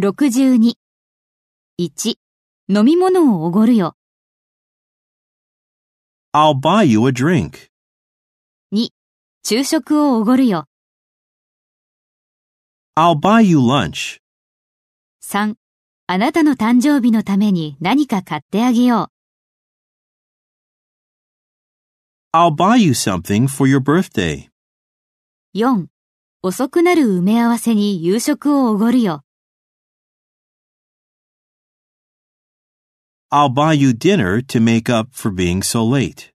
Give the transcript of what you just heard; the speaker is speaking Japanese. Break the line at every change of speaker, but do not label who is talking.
62。1. 飲み物をおごるよ。
I'll buy you a drink.
2. 昼食をおごるよ。
I'll buy you lunch.
3. あなたの誕生日のために何か買ってあげよう。
I'll buy you something for your birthday.
4. 遅くなる埋め合わせに夕食をおごるよ。
I'll buy you dinner to make up for being so late.